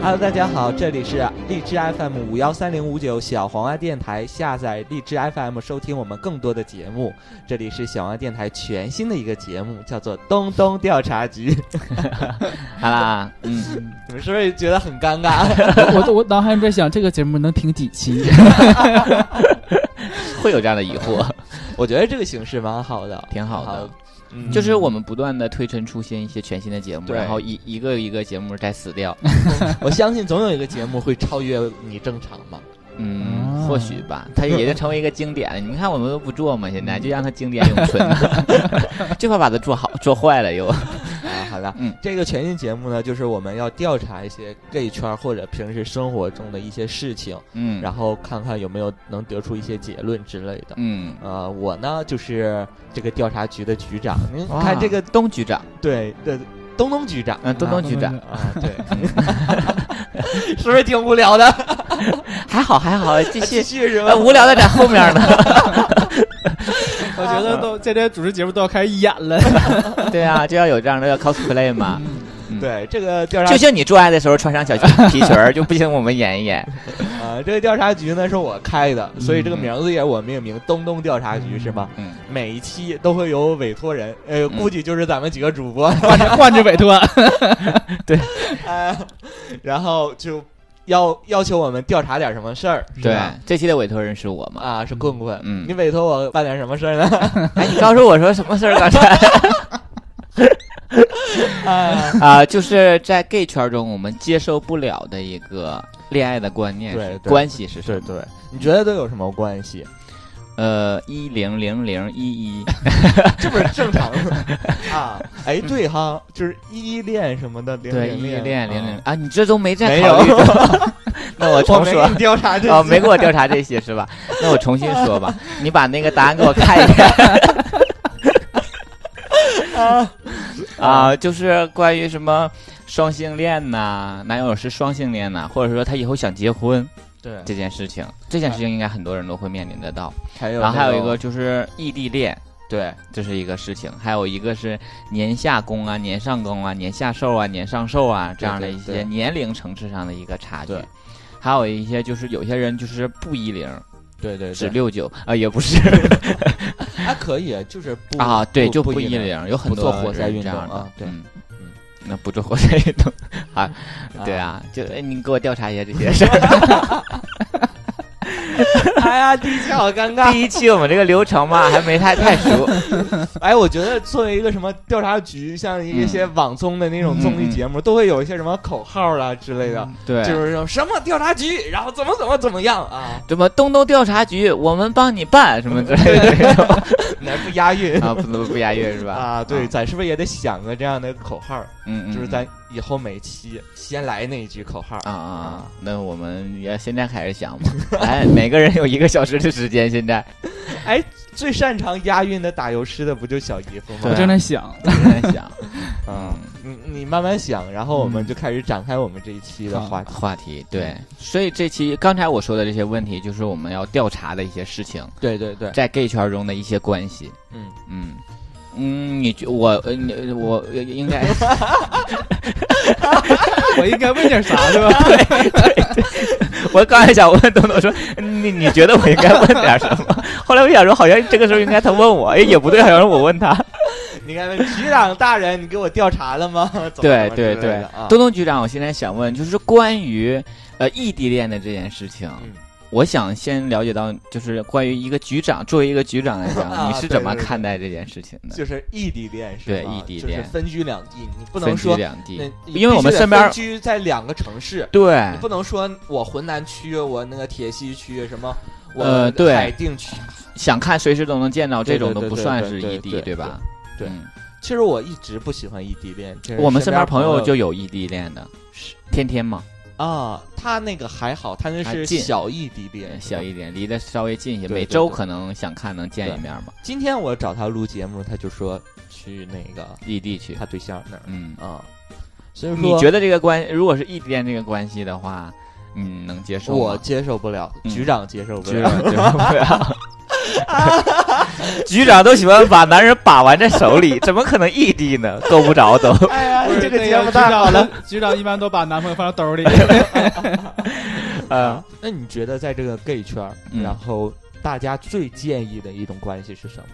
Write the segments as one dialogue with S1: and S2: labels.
S1: Hello，大家好，这里是荔枝 FM 五幺三零五九小黄鸭电台，下载荔枝 FM 收听我们更多的节目。这里是小黄鸭电台全新的一个节目，叫做《东东调查局》。
S2: 好啦，嗯，
S1: 你们是不是觉得很尴尬？
S3: 我我我脑海里边想，这个节目能停几 期？
S2: 会有这样的疑惑，
S1: 我觉得这个形式蛮好的，
S2: 挺好的。
S1: 嗯
S2: 就是我们不断的推陈出新一些全新的节目，
S1: 对
S2: 然后一一个一个节目在死掉，
S1: 我相信总有一个节目会超越你正常嘛。
S2: 嗯，
S3: 啊
S2: 或许 吧，它也就成为一个经典了。你们看我们都不做嘛，现在就让它经典永存 了，就怕把它做好做坏了又。
S1: 啊，好了，
S2: 嗯
S1: 这个全新节目呢，就是我们要调查一些 gay 圈或者平时生活中的一些事情，
S2: 嗯，
S1: 然后看看有没有能得出一些结论之类的。
S2: 嗯，
S1: 呃，我呢就是这个调查局的局长，您
S2: 嗯哇
S1: 看这个
S2: 东局长，
S1: 对对，东东局长
S2: 嗯，东东局长，
S1: 啊，对， 是不是挺无聊 的？
S2: 还好还好， 继
S1: 继
S2: 续。
S1: 续是吧
S2: 呃，？无聊的在后面 呢。
S3: 我觉得
S2: 啊
S3: 都现在主持节目都要开始演 了。
S2: 对啊，就要有这样的要 cosplay 嘛。
S1: 对，这个调查
S2: 就像你做爱的时候穿上小皮裙儿，就不行，我们演一演。
S1: 啊、这个调查局呢是我开的，所以这个名字也我命名“东东调查局”是吗？
S2: 嗯，
S1: 每一期都会有委托人，呃，估计就是咱们几个主播，
S2: 嗯
S3: 换着换着委托，
S1: 哎然后就要要求我们调查点什么事儿，是
S2: 对
S1: 吧，
S2: 这期的委托人是我嘛？
S1: 啊，是棍棍，
S2: 嗯
S1: 你委托我办点什么事儿呢？
S2: 哎，你告诉我说什么事儿？刚才
S1: 哎
S2: 啊，就是在 gay 圈中我们接受不了的一个恋爱的观念
S1: 对
S2: 是
S1: 对
S2: 关系是什
S1: 对
S2: 么？
S1: 对，你觉得都有什么关系？
S2: 呃，一零零零一一，
S1: 这不是正常 的啊？哎，对哈，就是依恋什么的，零
S2: 对，
S1: 零
S2: 一
S1: 恋
S2: 恋零
S1: 啊
S2: 零啊，你这都没在
S1: 没
S2: 考虑
S1: 有
S2: 过。 那我
S1: 我
S2: 重
S1: 没
S2: 说
S1: 给你调查这
S2: 哦，
S1: 些
S2: 没给我调查这些是吧？那我重新说吧，你把那个答案给我看一看。啊，就是关于什么双性恋呐、男友是双性恋呐、或者说他以后想结婚
S1: 对，
S2: 这件事情，这件事情应该很多人都会面临得到。
S1: 还有
S2: 然后还有
S1: 那
S2: 一个
S1: 种
S2: 就是异地恋，
S1: 对
S2: 这是一个事情；还有一个是年下攻啊、年上攻啊、年下瘦啊、年上瘦啊这样的一
S1: 对对
S2: 些年龄层次上的一个差距
S1: 对。
S2: 还有一些就是有些人就是不一零，
S1: 对对
S2: 只
S1: 对，
S2: 六九啊，也不是
S1: 还可以，就是 不
S2: 啊，对，就
S1: 不
S2: 一
S1: 一
S2: 零，有很
S1: 不
S2: 多
S1: 做活塞
S2: 人
S1: 运
S2: 这
S1: 动
S2: 样的
S1: 啊对
S2: 嗯
S1: 嗯
S2: 那不做活塞运动啊，对啊，就哎，你给我调查一下这些事儿。
S1: 哎呀，第一期好尴尬。
S2: 第一期我们这个流程嘛，还没太太 熟，
S1: 哎，我觉得作为一个什么调查局，像一些
S2: 嗯
S1: 网综的那种综艺节目，都会有一些什么口号啦之类的，
S2: 对
S1: 就是说什么调查局，然后怎么怎么怎么样啊，
S2: 什么东东调查局，我们帮你办什么之类的这种
S1: 那不押韵
S2: 啊，不不不押韵是吧？
S1: 啊。对，，咱是不是也得想个这样的口号？
S2: 嗯，嗯
S1: 就是
S2: 嗯
S1: 咱以后每期先来那一句口号
S2: 啊啊啊！那我们也现在开始想吧， 哎，每个人有一个小时的时间，现在
S1: 最擅长押韵的打油诗的不就小姨夫
S3: 我
S1: 吗？
S2: 对
S3: 正在想，
S2: 在想，
S1: 嗯，你你慢慢想，然后我们就开始展开我们这一期的话题。
S2: 话题对，
S1: 嗯
S2: 所以这期刚才我说的这些问题，就是我们要调查的一些事情，
S1: 嗯对对对，
S2: 在 gay 圈中的一些关系。
S1: 嗯，
S2: 嗯嗯，你觉我呃你我呃 应该
S3: 我应该问点啥 是吧？
S2: 我刚才想问东东说，嗯你你觉得我应该问点什么？ 后来我想说，好像这个时候应该他问我，哎也不对，好像是我问他。
S1: 你看局长大人，你给我调查了 吗？怎么
S2: 对
S1: 怎么之
S2: 对
S1: 类
S2: 对
S1: 的啊，
S2: 东东局长，我现在想问，就是关于呃异地恋的这件事情，
S1: 嗯
S2: 我想先了解到，就是关于一个局长，作为一个局长来
S1: 啊
S2: 讲，你是
S1: 对
S2: 怎么
S1: 对对
S2: 看待这件事情的？
S1: 就是异地恋是
S2: 对
S1: 吧
S2: 异地
S1: 就
S2: 恋
S1: 是分居两地，你不能
S2: 分居
S1: 说
S2: 两地
S1: 那，，
S2: 因为我
S1: 必
S2: 们
S1: 须得
S2: 身边
S1: 分居在两个城市，
S2: 对
S1: 你不能说我浑南区，我那个铁西区什么。我
S2: 呃对
S1: 海淀区。
S2: 想看随时都能见到，
S1: 对
S2: 这
S1: 对
S2: 种都
S1: 对
S2: 不
S1: 对
S2: 算
S1: 对
S2: 是
S1: 对
S2: 异地，
S1: 对
S2: 对吧？
S1: 对
S2: 嗯
S1: 其实我一直不喜欢异地恋，就是
S2: 我们
S1: 身
S2: 身边
S1: 朋
S2: 朋友就有异地恋的，天天嘛，
S1: 啊，他那个还好，他那
S2: 还
S1: 是
S2: 啊近哎
S1: 小异地恋。
S2: 小一点，离得稍微近一些，
S1: 对
S2: 每
S1: 对
S2: 周
S1: 对
S2: 可能想看能见
S1: 对
S2: 一面嘛，
S1: 今天我找他录节目，他就说去那个
S2: 异地去。
S1: 他对象那儿
S2: 嗯，
S1: 啊，所以说
S2: 你觉得这个关，如果是异地恋这个关系的话，你能接受
S1: 我
S2: 吗？
S1: 接受不了，
S2: 嗯
S1: 局长接受不
S2: 接
S1: 了。
S2: 受接受不了。
S4: 局长都喜欢把男人把玩在手里，怎么可能异地呢？够不着 都。
S1: 哎呀
S3: 不是那个局长呢，局长一般都把男朋友放在兜 里。
S4: 啊，
S1: 那你觉得在这个 gay 圈儿，
S4: 嗯
S1: 然后大家最建议的一种关系是什么？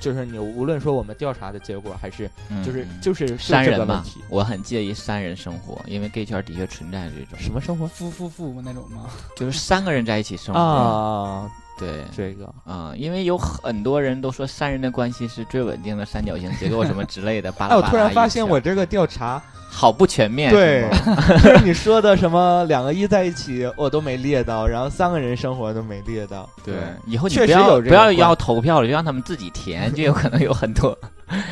S1: 就是你无论说我们调查的结果，还是就是就是就
S2: 删
S1: 这
S2: 嗯人
S1: 个
S2: 嘛
S1: 问题，，
S2: 我很介意删人生活，因为 gay 圈的确存在这种，
S1: 什么生活
S3: 夫夫妇那种吗？
S2: 就是三个人在一起生活。
S1: 啊？
S2: 对，
S1: 这个
S2: 啊、因为有很多人都说三人的关系是最稳定的三角形结构什么之类的。巴
S1: 哎，
S2: 拉
S1: 我
S2: 巴拉
S1: 突然发现
S2: 一下
S1: 我这个调查，
S2: 好不全面。
S1: 对
S2: 是吗，
S1: 就是你说的什么两个一在一起，我都没列到，然后三个人生活都没列到，
S2: 对，以后你
S1: 确
S2: 不
S1: 实
S2: 要
S1: 有这
S2: 不
S1: 个
S2: 要
S1: 关
S2: 要投票了，就让他们自己填， 就有可能有很多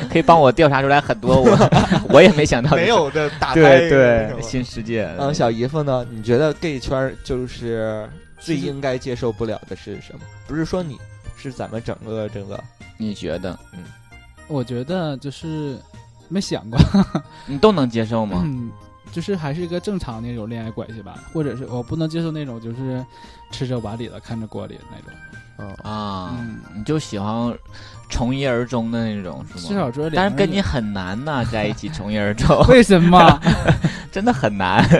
S2: 可以帮我调查出来很 多我我也没想到的
S1: 没有的打开
S4: 对
S1: 那
S4: 对
S1: 种
S2: 新世界。
S1: 嗯，小姨夫呢？你觉得 gay 圈儿就是最应该接受不了的是什么？不是说你，是咱们整个这个啊
S2: 你觉得
S3: 我觉得就是没想过，
S2: 你都能接受吗？
S3: 嗯，就是还是一个正常那种恋爱关系吧，或者是我不能接受那种就是吃着碗里的看着锅里的那种。
S1: 嗯，
S2: 啊，
S3: 嗯，
S2: 你就喜欢从一而终的那种是吗？
S3: 至少这两个人，
S2: 但是跟你很难呐、在一起从一 而终
S3: 为什么？
S2: 真的很难。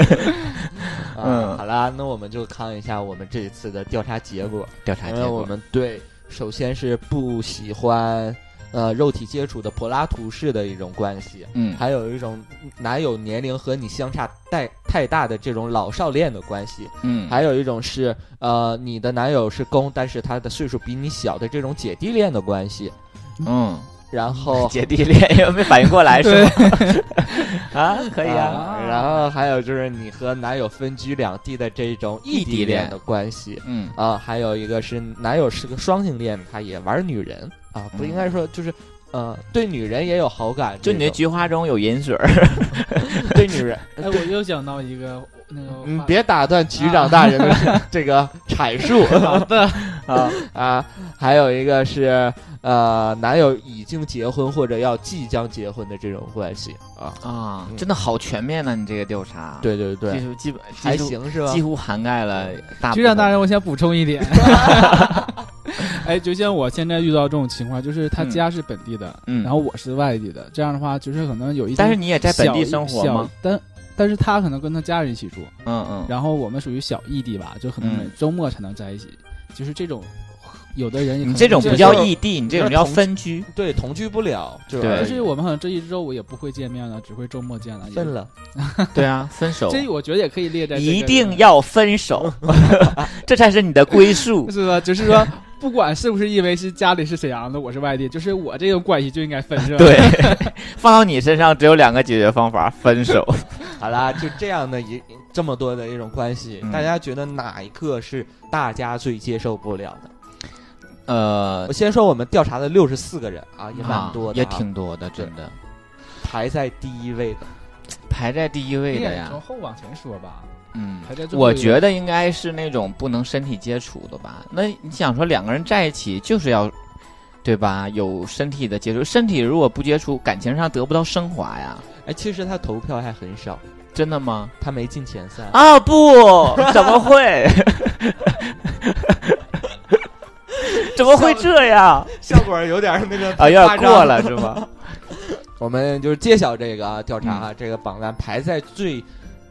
S1: 嗯，
S2: 嗯
S1: 好啦，那我们就看一下我们这一次的调查结果，
S2: 调查
S1: 因
S2: 结
S1: 为哎我
S2: 果，
S1: 们对首先是不喜欢呃肉体接触的柏拉图式的一种关系，
S2: 嗯，
S1: 还有一种哪有年龄和你相差太太大的这种老少恋的关系，
S2: 嗯，
S1: 还有一种是呃你的男友是公，但是他的岁数比你小的这种姐弟恋的关系，
S2: 嗯，
S1: 然后
S2: 姐弟恋又没反应过来是吗？ 啊，可以啊，
S1: 啊然后还有就是你和男友分居两地的这种异地恋的关系
S2: 嗯
S1: 啊，还有一个是男友是个双性恋，他也玩女人啊，不
S2: 嗯
S1: 应该说就是。呃，对女人也有好感，
S2: 就你
S1: 这
S2: 的
S1: 种
S2: 菊花中有银水儿，
S1: 对女 人，
S3: 哎，我又想到一个那个，
S2: 嗯
S1: 你别打断局长大人的 这个阐 述
S3: 好的，
S1: 啊啊！还有一个是呃，男友已经结婚或者要即将结婚的这种关系啊，
S2: 啊
S1: 嗯，
S2: 真的好全面呢！你这个调查，，
S1: 对对
S2: 技
S1: 对，
S2: 术基本
S1: 还，行是吧
S2: 几？乎涵盖了大部分
S3: 局长大人，我想补充一点。 哎，就像我现在遇到这种情况，就是他家是本地的，
S2: 嗯
S3: 然后我是外地的，这样的话就是可能有一些
S2: 但是你也在本地生活
S3: 小
S2: 吗？？
S3: 但但是他可能跟他家人一起住，
S2: 嗯嗯，
S3: 然后我们属于小异地吧，就可能
S2: 嗯
S3: 每周末才能在一起，就是这种，有的人也可
S2: 你
S3: 能
S2: 这种
S3: 就
S2: 不
S3: 是
S2: 叫
S1: 这
S2: 异地，你这
S1: 这
S2: 种
S1: 叫
S2: 叫
S1: 同
S2: 分居。
S1: 对，同居不了，就
S2: 对
S3: 就是我们好像这一周我也不会见面了，只会周末见了。也
S1: 分了。
S2: 对啊，分手
S3: 这我觉得也可以列在这个
S2: 一定要分手， 这才是你的归宿。
S3: 是吧？就是说，不管是不是因为是家里是沈阳的，我是外地，就是我这个关系就应该分，是吧？
S2: 对，放到你身上只有两个解决方法：分手。
S1: 好啦，就这样的一这么多的一种关系，
S2: 嗯
S1: 大家觉得哪一个是大家最接受不了的？
S2: 呃
S1: 我，先说我们调查的六十四个人啊，也蛮多
S2: 啊
S1: 的、
S2: 也挺多的，真的
S1: 排在第一位的。
S2: 排在第一位
S3: 列
S2: 的呀
S3: 从。后往前说吧，
S2: 嗯，
S3: 排在最后
S2: 我
S3: 一
S2: 觉
S3: 个
S2: 得应该是那种不能身体接触的吧？那你想说两个人在一起就是要，对吧？有身体的接触，身体如果不接触，感情上得不到升华呀。
S1: 哎，其实他投票还很少，
S2: 真的吗？
S1: 他没进前三。
S2: 啊 不，怎么会？怎么会这样？
S1: 效果有点那个
S2: 啊，有点过。了是 吧？
S1: 我们就是揭晓这个啊调查
S2: 嗯
S1: 啊，这个榜单排在最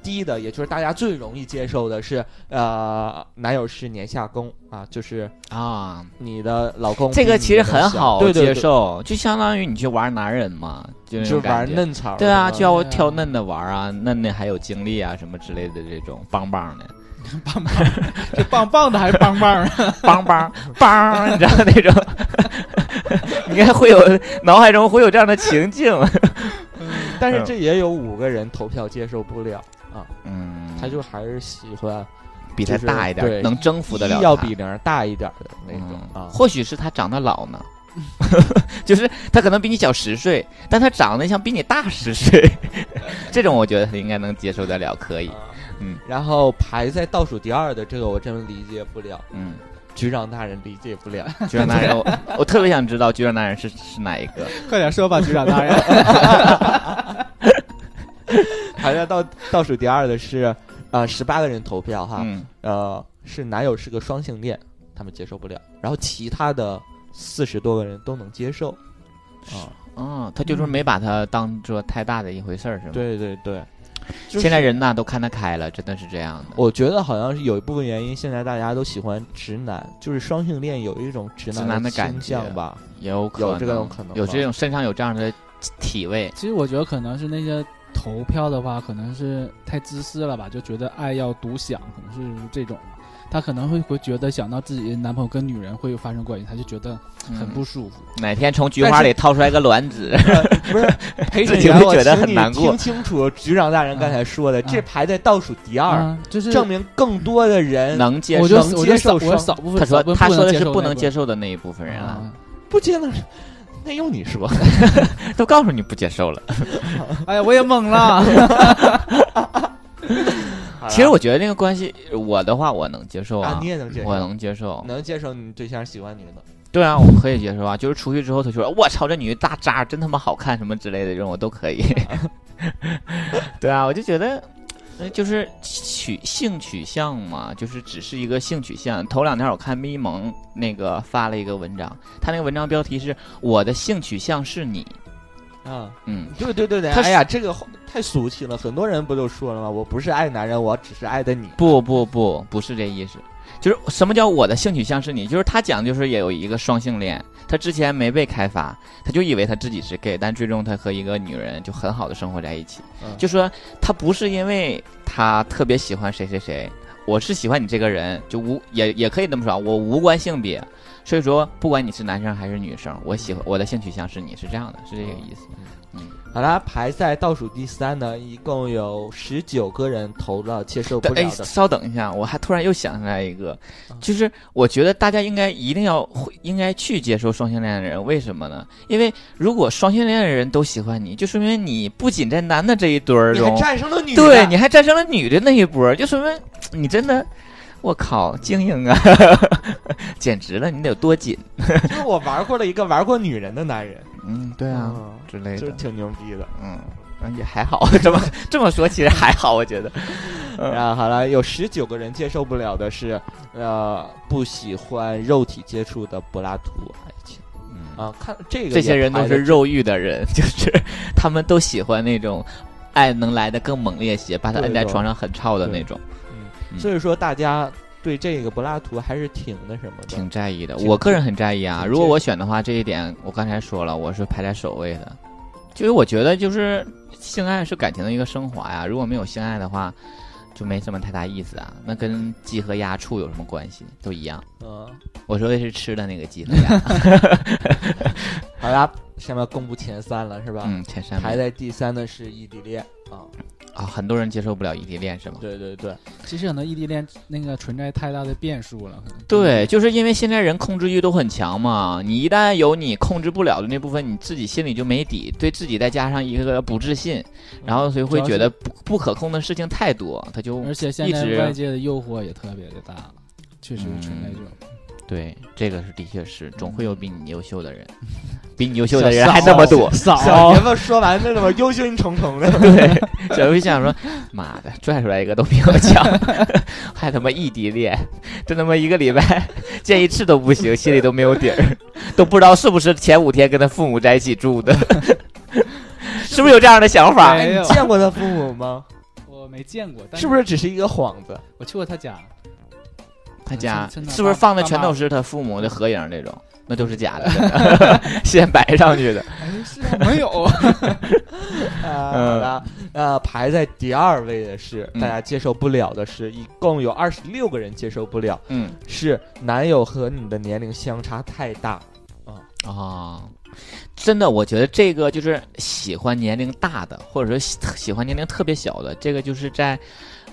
S1: 低的，也就是大家最容易接受的是，呃，男友是年下攻啊，就是
S2: 啊，
S1: 你的老公比
S2: 这
S1: 你
S2: 个
S1: 的小。
S2: 其实很好
S1: 对对对，
S2: 接受，就相当于你去玩男人嘛，就那
S1: 就
S2: 种
S1: 是
S2: 感
S1: 玩
S2: 觉。
S1: 嫩草儿。
S2: 对啊，
S1: 是吧嗯
S2: 就要
S3: 对啊
S2: 挑嫩的玩啊，嫩嫩还有精力啊什么之类的这 种棒棒的，
S3: 这棒棒的还是棒棒的，
S2: 棒棒 棒，你知道那种， 你看会有脑海中会有这样的情境，
S1: 但是这也有五个人投票接受不了，
S2: 嗯，
S1: 他就还是喜欢
S2: 比他
S1: 就是
S2: 大一
S1: 对
S2: 点，能征服得了
S1: 一
S2: 他，
S1: 要比零大一点的那种
S2: 嗯
S1: 啊。
S2: 或许是他长得 老呢， 就是他可能比你小十岁，但他长得像比你大十岁， 这种我觉得他应该能接受得了，可以，嗯，
S1: 然后排在倒数第二的这个我真理解不了，
S2: 嗯，
S1: 局长大人理解不了。
S2: 局长大人，我我特别想知道局长大人是是哪一个，
S3: 快点说吧，局长大人。
S1: 排在倒倒数第二的是呃十八个人投票哈，
S2: 嗯。
S1: 呃是男友是个双性恋，他们接受不了。然后其他的四十多个人都能接受啊。
S2: 哦，他就说没把它当做太大的一回事儿，是吗？，
S1: 嗯对对对，就
S2: 现在
S1: 是
S2: 人呐都看得开了，真的是这样的。
S1: 我觉得好像是有一部分原因，现在大家都喜欢直男，就是双性恋有一种直
S2: 直男的感
S1: 倾
S2: 觉
S1: 向 吧。
S2: 也有可能
S1: 哦有这种可能
S2: 有
S1: 吧
S2: 这种身上有这样的体味，
S3: 其实我觉得可能是那些投票的话，可能是太自私了吧，就觉得爱要独享，可能是这种。他可能会会觉得想到自己的男朋友跟女人会发生关系，他就觉得
S2: 嗯
S3: 很不舒服。
S2: 哪天从菊花里掏出来个卵子，
S1: 不是， 陪
S4: 自
S1: 审
S4: 己
S1: 员，
S4: 会
S1: 我
S4: 觉得
S1: 请
S4: 很
S1: 你
S4: 难过
S1: 听清楚，局长大人刚
S2: 嗯
S1: 才说的，这排在倒数第二，
S3: 啊，就是
S1: 证明更多的人
S2: 能接
S3: 我就
S2: 受。
S1: 能
S3: 我
S1: 接
S3: 就
S1: 受
S3: 少我
S1: 双
S3: 少部分
S2: 他说
S3: 少部分
S2: 他说的
S3: 接
S2: 是
S3: 受
S2: 不
S3: 那
S2: 能
S3: 个
S2: 接受的那一部分人啊，
S3: 啊。
S1: 不接纳，那用你 说？啊
S2: 都告诉你不接受了。
S3: 哎呀，我也懵了。
S2: 其实我觉得那个关系，我的话我能接受
S1: 啊啊，你也能接受，
S2: 我能接受。
S1: 能接受你对象喜欢女的，
S2: 对啊，我可以接受啊。就是出去之后，他就说：“我操，这女的大渣，真他妈好看，什么之类的这种，我都可以。 对啊，我就觉得，呃就是取性取向嘛，就是只是一个性取向。头两天我看咪蒙那个发了一个文章，他那个文章标题是“我的性取向是你
S1: 啊，”，
S2: 嗯，
S1: 对对对对，
S2: 他是
S1: 哎呀，这个好太俗气了，很多人不就说了吗？我不是爱男人，我只是爱的你。
S2: 不不不，不是这意思，就是什么叫我的性取向是你？就是他讲，就是也有一个双性恋，他之前没被开发，他就以为他自己是 gay，但最终他和一个女人就很好的生活在一起。
S1: 嗯
S2: 就说他不是因为他特别喜欢谁谁谁，我是喜欢你这个人，就无也也可以这么说，啊我无关性别。所以说，不管你是男生还是女生，我喜欢我的性取向是你是这样的，是这个意思。
S1: 好啦，排在倒数第三呢，一共有十九个人投了接受不
S2: 但哎，
S1: 了的，
S2: 稍等一下，我还突然又想起来一个
S1: 啊，
S2: 就是我觉得大家应该一定要会应该去接受双性恋的人，为什么呢？因为如果双性恋的人都喜欢你，就说明你不仅在男的这一堆儿
S1: 你还
S2: 中，
S1: 战胜了女的，啊
S2: 对你还战胜了女的那一波儿，就说明你真的。我靠，精英啊， 简直了！你得有多紧？
S1: 就是我玩过了一个玩过女人的男人，
S2: 嗯，对
S1: 对
S2: 啊，之类
S1: 就是
S2: 的，
S1: 挺牛逼的。
S2: 嗯，啊也还好。这么这么说，其实还好，我觉得。
S1: 然嗯啊后好了，有十九个人接受不了的是，呃，不喜欢肉体接触的柏拉图爱情
S2: 嗯
S1: 啊。看这个
S2: 这些
S1: 也
S2: 人都
S1: 排
S2: 是
S1: 得
S2: 肉欲的人， 就是他们都喜欢那种爱能来的更猛烈些，把他
S1: 对
S2: 摁在
S1: 的
S2: 床上很操的
S1: 对
S2: 那种，
S1: 嗯所以说大家对这个柏拉图还是挺那什么的，
S2: 挺在意的。
S1: 挺
S2: 我个人很在意啊，
S1: 挺
S2: 如果我选的话，这一点我刚才说了，我是排在首位的，就是我觉得就是性爱是感情的一个升华呀，如果没有性爱的话。就没什么太大意思啊，那跟鸡和鸭处有什么关系？都一样。
S1: 嗯。
S2: 我说的是吃的那个鸡 和鸭，
S1: 好啦，下面公布前三了是吧？
S2: 嗯，前三
S1: 排
S2: 名
S1: 在第三的是异地恋啊，
S2: 啊，很多人接受不了异地恋是吗？
S1: 对对对，
S3: 其实可能异地恋那个存在太大的变数了。可能
S2: 对，就是因为现在人控制欲都很强嘛，你一旦有你控制不了的那部分，你自己心里就没底，对自己再加上一个不自信，然后所以会觉得不不可控的事情太多，他就
S3: 而且现在
S2: 一直
S3: 外界的诱惑也特别的大，确实存在这种。
S2: 嗯对这个是的确是，总会有比你优秀的人，比你优秀的人还那么多。
S3: 少
S1: 小爷们说完那怎么忧心忡忡的？
S2: 对，小就想说，妈的，拽出来一个都比我强， 还他妈异地恋，这他妈一个礼拜见一次都不行，心里都没有底儿，都不知道是不是前五天跟他父母在一起住的， 是不是有这样的想法？
S3: 没
S1: 哎
S3: 有
S1: 你 见过他父母吗？
S3: 我没见过，但
S1: 是不是只是一个幌子？
S3: 我去过他家？
S2: 他家
S3: 真的
S2: 是不是
S3: 爸
S2: 放的
S3: 爸
S2: 全
S3: 妈
S2: 都是他父母的合影那种？那都是假的，真的 先摆上去的。
S3: 哎，是啊 没有。
S1: 啊，好啦，呃，排在第二位的是
S2: 嗯
S1: 大家接受不了的是，一共有二十六个人接受不了，
S2: 嗯
S1: 是男友和你的年龄相差太大。
S2: 啊、真的，我觉得这个就是喜欢年龄大的，或者说喜喜欢年龄特别小的，这个就是在，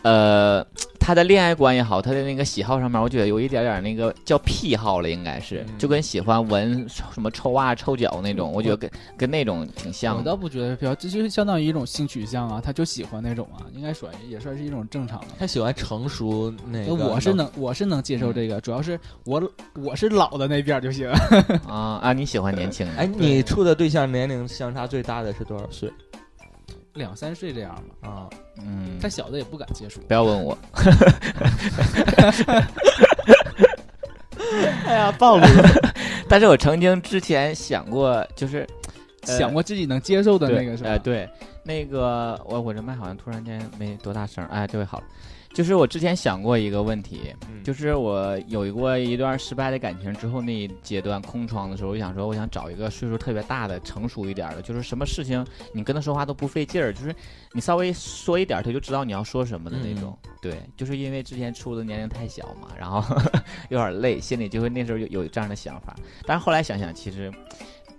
S2: 呃，他的恋爱观也好，他的那个喜好上面，我觉得有一点点那个叫癖好了，应该是，
S1: 嗯
S2: 就跟喜欢闻什么臭袜、臭脚那种，我觉得跟跟那
S1: 嗯
S2: 种挺
S3: 我
S2: 像
S3: 倒
S2: 的。
S3: 不觉得飘，这就是相当于一种性取向啊，他就喜欢那种啊，应该算也算是一种正常的。
S1: 他喜欢成熟那个，
S3: 我是能，我是能接
S2: 嗯
S3: 受这个，主要是我我是老的那边儿就 行。
S2: 啊啊，你喜欢年轻人？
S1: 哎，你处的对象年龄相差最大的是多少岁
S3: 两三岁这样嘛，
S1: 啊？
S2: 嗯，
S3: 太小的也不敢接触。
S2: 不要问我，
S1: 哎呀，暴露了！
S2: 但是我曾经之前想过，就是呃
S3: 想过自己能接受的那
S2: 对
S3: 个是吧？
S2: 呃，对，那个我我这麦好像突然间没多大声儿，哎，这回好了。就是我之前想过一个问题，
S1: 嗯
S2: 就是我有过一段失败的感情之后那一阶段空窗的时候，我就想说，我想找一个岁数特别大的、成熟一点儿的，就是什么事情你跟他说话都不费劲儿，就是你稍微说一点儿，他就知道你要说什么的那种。
S3: 嗯
S2: 对，就是因为之前处的年龄太小嘛，然后 有点累，心里就会那时候有有这样的想法。但是后来想想，其实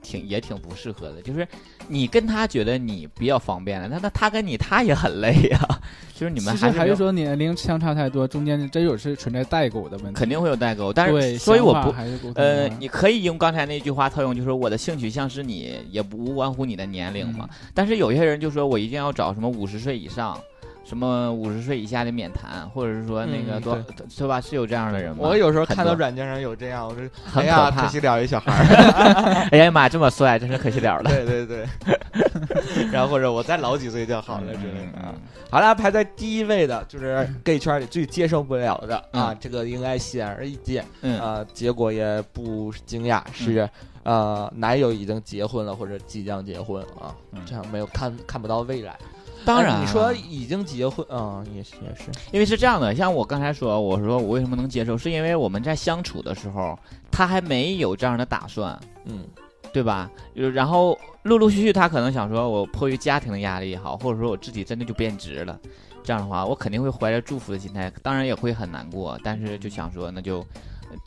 S2: 挺也挺不适合的，就是你跟他觉得你比较方便了，那那他跟你他也很累呀、 就是你们
S3: 其实
S2: 还是没
S3: 还
S2: 有
S3: 是说年龄相差太多，中间这有是存在代沟的问题，
S2: 肯定会有代沟，但
S3: 对，
S2: 是所以我
S3: 想法
S2: 不
S3: 还是沟通啊的
S2: 呃，你可以用刚才那句话套用，就是我的性取向是你，也不无关乎你的年龄嘛。
S1: 嗯
S2: 但是有些人就说我一定要找什么五十岁以上，什么五十岁以下的免谈，或者是说那个
S1: 嗯
S2: 多，对吧？是有这样的人吗？
S1: 我有时候
S2: 很
S1: 看到
S2: 多
S1: 软件上有这样，我说哎
S2: 很可
S1: 呀，
S2: 怕
S1: 可。惜了一小孩儿。
S2: 哎呀妈，这么帅，真是可惜了了。
S1: 对对对， 然后或者我再老几岁就 好了之类的啊
S2: 嗯。
S1: 好了，排在第一位的就是 gay 圈里最接受不了的啊
S2: 嗯，
S1: 这个应该显而易见
S2: 嗯
S1: 啊，结果也不惊讶，是呃男友已经结婚了或者即将结婚啊，
S2: 嗯
S1: 这样没有看看不到未来。
S2: 当然
S1: 哎
S2: 了，
S1: 你说已经结婚啊，也是也是，
S2: 因为是这样的，像我刚才说，我说我为什么能接受，是因为我们在相处的时候，他还没有这样的打算，
S1: 嗯
S2: 对吧？呃然后陆陆续续，他可能想说，我迫于家庭的压力也好，或者说我自己真的就变直了，这样的话，我肯定会怀着祝福的心态，当然也会很难过，但是就想说，那就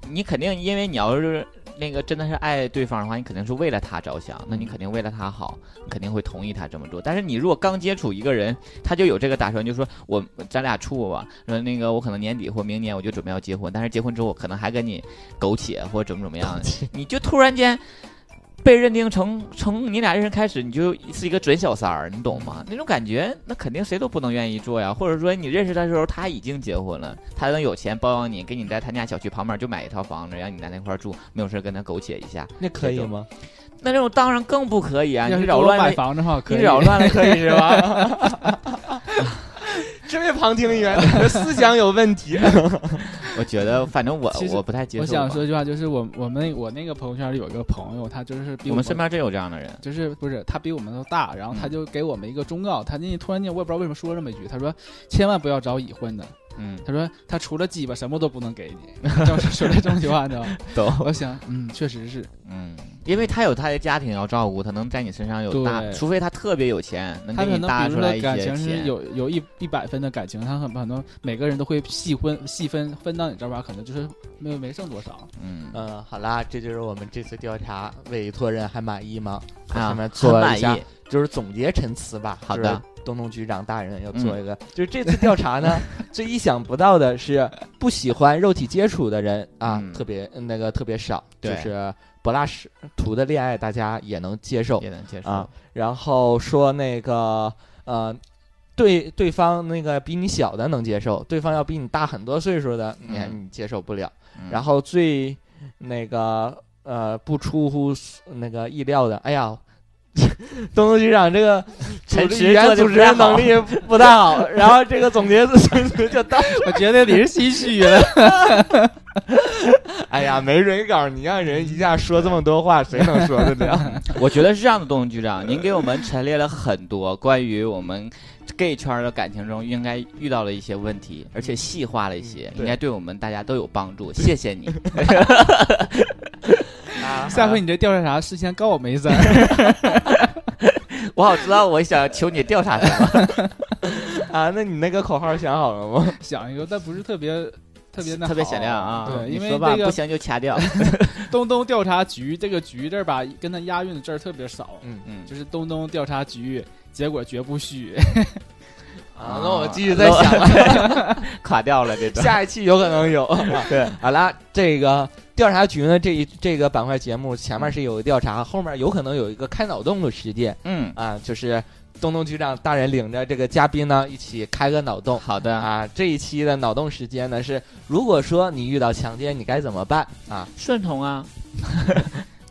S2: 你肯定，因为你要是那个真的是爱对方的话，你肯定是为了他着想，那你肯定为了他好，你肯定会同意他这么做。但是你如果刚接触一个人，他就有这个打算，就说我咱俩处吧，说那个我可能年底或明年我就准备要结婚，但是结婚之后我可能还跟你苟且或者怎么怎
S1: 哎
S2: 么样，你就突然间。被认定成从你俩认识开始，你就是一个准小三儿，你懂吗？那种感觉，那肯定谁都不能愿意做呀。或者说你认识他的时候，他已经结婚了，他能有钱包养你，给你在他家小区旁边就买一套房子，让你在那块儿住，没有事儿跟他苟且一下。
S1: 那可以
S2: 这种
S1: 吗？
S2: 那这种当然更不可以啊！
S3: 要
S2: 你
S3: 是
S2: 扰
S3: 给我
S2: 乱
S3: 买
S2: 了，
S3: 房子哈，可
S2: 你
S3: 以
S2: 扰乱了可以是吧？
S1: 这位旁听 员，你的思想有问题。
S2: 我觉得，反正我
S3: 其实
S2: 我不太接受吧。啊
S3: 我想说一句话，就是我我们我那个朋友圈里有一个朋友，他就是比
S2: 我
S3: 我
S2: 们身边真有这样的人，
S3: 就是不是他比我们都大，然后他
S2: 嗯
S3: 就给我们一个忠告，他那天突然间我也不知道为什么说这么一句，他说千万不要找已婚的，
S2: 嗯，
S3: 他说他除了鸡巴什么都不能给 你，要是说这种句话呢，
S2: 懂，
S3: 我想嗯确实是，
S2: 嗯，因为他有他的家庭要照顾，他能在你身上有大，
S3: 对
S2: 除非他特别有钱，能
S3: 他
S2: 给
S3: 可
S2: 你
S3: 能
S2: 搭
S3: 比
S2: 出
S3: 如
S2: 来
S3: 说
S2: 一
S3: 感
S2: 些
S3: 情是
S2: 钱。
S3: 有有一一百分的感情，他很可能每个人都会细分细分分到你这边，可能就是没没剩多 少。
S2: 嗯
S1: 嗯，好啦，这就是我们这次调查，委托人还满意吗？
S2: 啊，
S1: 下面
S2: 很
S1: 做
S2: 满
S1: 一下
S2: 意，
S1: 就是总结陈词吧。
S2: 好的，嗯
S1: 东东局长大人要做一个，就是这次调查 呢，最意想不到的是，不喜欢肉体接触的人啊，
S2: 嗯
S1: 特别那个特别少，就
S2: 对
S1: 是柏拉使图的恋爱大家也能接受
S2: 也能接受
S1: 啊。然后说那个呃。对对方那个比你小的能接受，对方要比你大很多岁数的，你、
S2: 嗯
S1: 你接受不了。
S2: 嗯
S1: 然后最那个呃不出乎那个意料的，哎呀， 东东局长这 个
S2: 陈
S1: 组织
S2: 词
S1: 语言
S2: 做得
S1: 组
S2: 不
S1: 织
S2: 太
S1: 能
S2: 好
S1: 力不不太好，然后这个总结词 词就到，
S3: 我觉得你是心虚了，
S1: 哎呀，没人稿，你让人一下说这么多话，谁能说得 了？
S2: 我觉得是这样的，东东局长，您给我们陈列了很多关于我们 gay 圈的感情中应该遇到了一些问题，而且细化了一些，
S1: 嗯对
S2: 应该对我们大家都有帮 助。谢谢你，
S1: 啊
S3: 下回你这调查啥，事先告我们一声。
S2: 我好知道我想求你调查什么。
S1: 啊，那你那个口号想好了吗？
S3: 想一个，但不是特别特别那
S2: 特别
S3: 好
S2: 响亮啊！
S3: 对，
S2: 你
S3: 因为
S2: 说吧，
S3: 这
S2: 不
S3: 个
S2: 行就掐 掉。
S3: 东东调查局这个“局”字儿吧，跟它押韵的字儿特别少，
S1: 嗯
S2: 嗯，
S3: 就是东东调查局，结果绝不 虚。
S1: 啊，那我继续再想了，
S2: 垮掉了这段。
S1: 下一期有可能 有。
S2: 对，
S1: 好啦，这个调查局呢，这一这个板块节目前面是有个调查，后面有可能有一个开脑洞的时间。
S2: 嗯，
S1: 啊，就是东东局长大人领着这个嘉宾呢一起开个脑洞。
S2: 好的。
S1: 啊，这一期的脑洞时间呢是，如果说你遇到强奸，你该怎么办 啊？
S2: 顺从啊，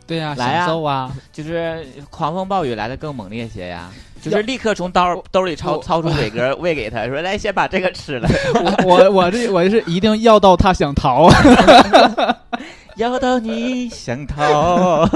S3: 对呀、
S2: 来啊
S3: 享 受啊！
S2: 就是狂风暴雨来的更猛烈些呀。就是立刻从兜兜里
S3: 我
S2: 掏掏出伟 哥喂给他，说来先把这个吃了，
S3: 啊 我我我这我是一定要到他想逃，
S2: 要到你想 逃。
S1: 啊，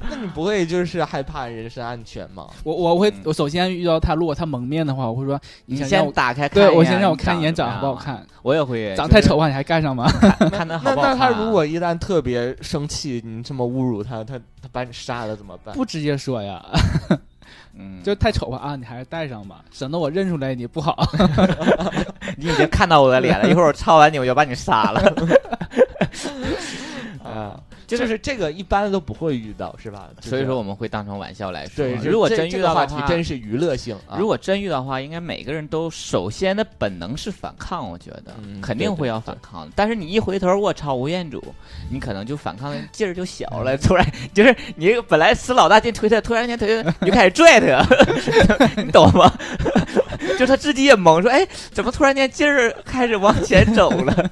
S1: 那那你不会就是害怕人身安全吗？
S3: 我我会
S2: 嗯
S3: 我首先遇到他，如果他蒙面的话，我会说
S2: 你
S3: 想让
S2: 先
S3: 我
S2: 打开看一
S3: 对
S2: 眼，
S3: 我先让我看一眼
S2: 你
S3: 长得好不好
S2: 怎么样，
S3: 看，
S2: 我也会
S3: 长太
S2: 就是嗯
S3: 丑的话你还干上吗？
S2: 看他好
S1: 那那
S2: 不好看
S1: 他
S2: 啊。
S1: 如果一旦特别生气，你这么侮辱他，他他把你杀了怎么办？
S3: 不直接说呀，
S2: 嗯
S3: 就太丑吧啊，你还是戴上吧，省得我认出来你不好。
S2: 你已经看到我的 脸了，一会儿我抄完你，我就把你杀了。
S1: 啊，
S2: 就
S1: 就是是这个一般都不会遇到，是吧？就是
S2: 所以说我们会当成玩笑来说。
S1: 对，就是
S2: 如果
S1: 这
S2: 真
S1: 这
S2: 遇
S1: 个
S2: 到
S1: 话
S2: 的
S1: 题
S2: 话，
S1: 真是娱乐性啊。
S2: 如果真遇到的话，应该每个人都首先的本能是反抗，我觉得、
S1: 嗯
S2: 肯定会要反抗的。但是你一回头，我操，吴彦祖，你可能就反抗的劲儿就小了，突然就是你本来使老大劲推他，突然间推他，你就开始拽他， 你懂吗？就他自己也懵，说哎，怎么突然间劲儿开始往前走了？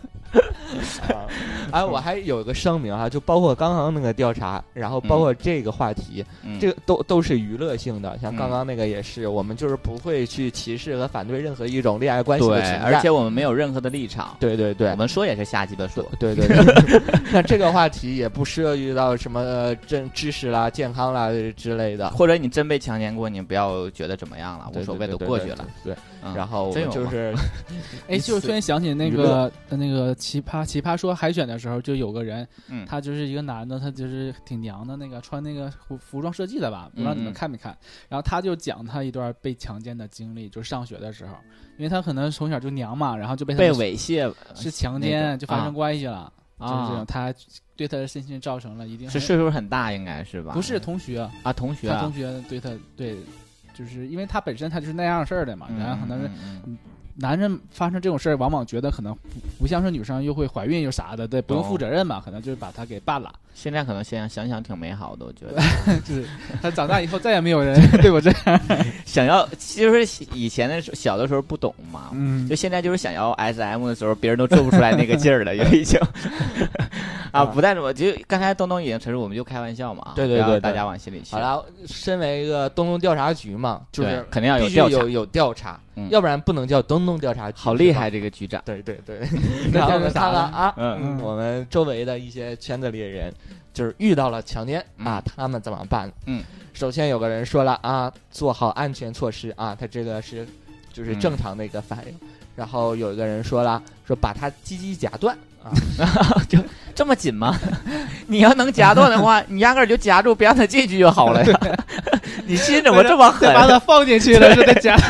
S1: 啊，哎，我还有个声明哈、就包括刚刚那个调查，然后包括这个话题，
S2: 嗯
S1: 这个都都是娱乐性的，像刚刚那个也是，我们就是不会去歧视和反对任何一种恋爱关系的
S2: 对
S1: 存，在。
S2: 而且我们没有任何的立场，
S1: 对对对
S2: 我，们说也是瞎鸡巴说。
S1: 对 对对，那这个话题也不涉及到什么呃真知识啦、健康啦呃之类的，
S2: 或者你真被强奸过，你不要觉得怎么样了，无所谓，都
S1: 对
S2: 过去了。。
S1: 对对对对对，
S2: 嗯
S1: 然后我
S2: 真
S1: 们
S2: 有
S1: 就
S2: 吗
S1: 是
S3: 哎，就突然想起那
S1: 娱
S3: 个呃那个奇葩奇葩说海选的时候，就有个人，
S2: 嗯
S3: 他就是一个男的，他就是挺娘的那个，穿那个服服装设计的吧，不知道你
S2: 嗯嗯
S3: 们看没看。然后他就讲他一段被强奸的经历，就是上学的时候，因为他可能从小就娘嘛，然后就被他
S2: 被
S3: 们
S2: 猥亵
S3: 是强
S2: 那
S3: 奸，
S2: 种
S3: 就发
S2: 啊
S3: 生关系了，就是这
S2: 啊
S3: 种，，他对他的身心造成了一定
S2: 是
S3: 很
S2: 岁数很大，应该是吧？
S3: 不是同学，
S2: 啊，同学
S3: 他
S2: 啊
S3: 同，学对他对，就是因为他本身他就是那样事儿的嘛，然后可能是
S2: 嗯
S3: 男人发生这种事儿，往往觉得可能不不像是女生又会怀孕又啥的，对，不用
S2: 哦
S3: 负责任嘛，可能就是把他给办了。
S2: 现在可能想想想挺美好的，我觉得
S3: 就是他长大以后再也没有人对我这样，
S2: 想要就是以前的时候小的时候不懂嘛。
S3: 嗯
S2: 就，现在就是想要 S M 的时候，别人都做不出来那个劲儿了，也已经啊，不但是我就刚才东东已经陈述，我们就开玩笑嘛，
S1: 对对对
S2: 不要
S1: 对
S2: 大家往心里去。
S1: 好，了，身为一个东东调查局嘛，就
S2: 对
S1: 是
S2: 肯定要
S1: 必
S2: 有
S1: 须
S2: 调查
S1: 有，有调查
S2: 嗯，
S1: 要不然不能叫东东调查局。
S2: 好
S1: 是
S2: 厉
S1: 吧
S2: 害！这个局长，
S1: 对对对，
S3: 那
S1: 然后
S3: 叫
S1: 我们
S3: 啥
S1: 看看
S3: 呢
S1: 啊，
S2: 嗯
S3: 嗯
S1: 我们周围的一些圈子里的人，就是遇到了强奸
S2: 嗯
S1: 啊，他们怎么办？
S2: 嗯，
S1: 首先有个人说了啊，做好安全措施啊，他这个是就是
S2: 嗯
S1: 正常的一个反应。然后有一个人说了，说把他鸡鸡夹断啊，
S2: 这么紧吗？ 你要能夹断的话，你压根儿就夹住，别让他进去就好了呀。你心怎么这么狠
S3: 再？把他放进去了，是在家。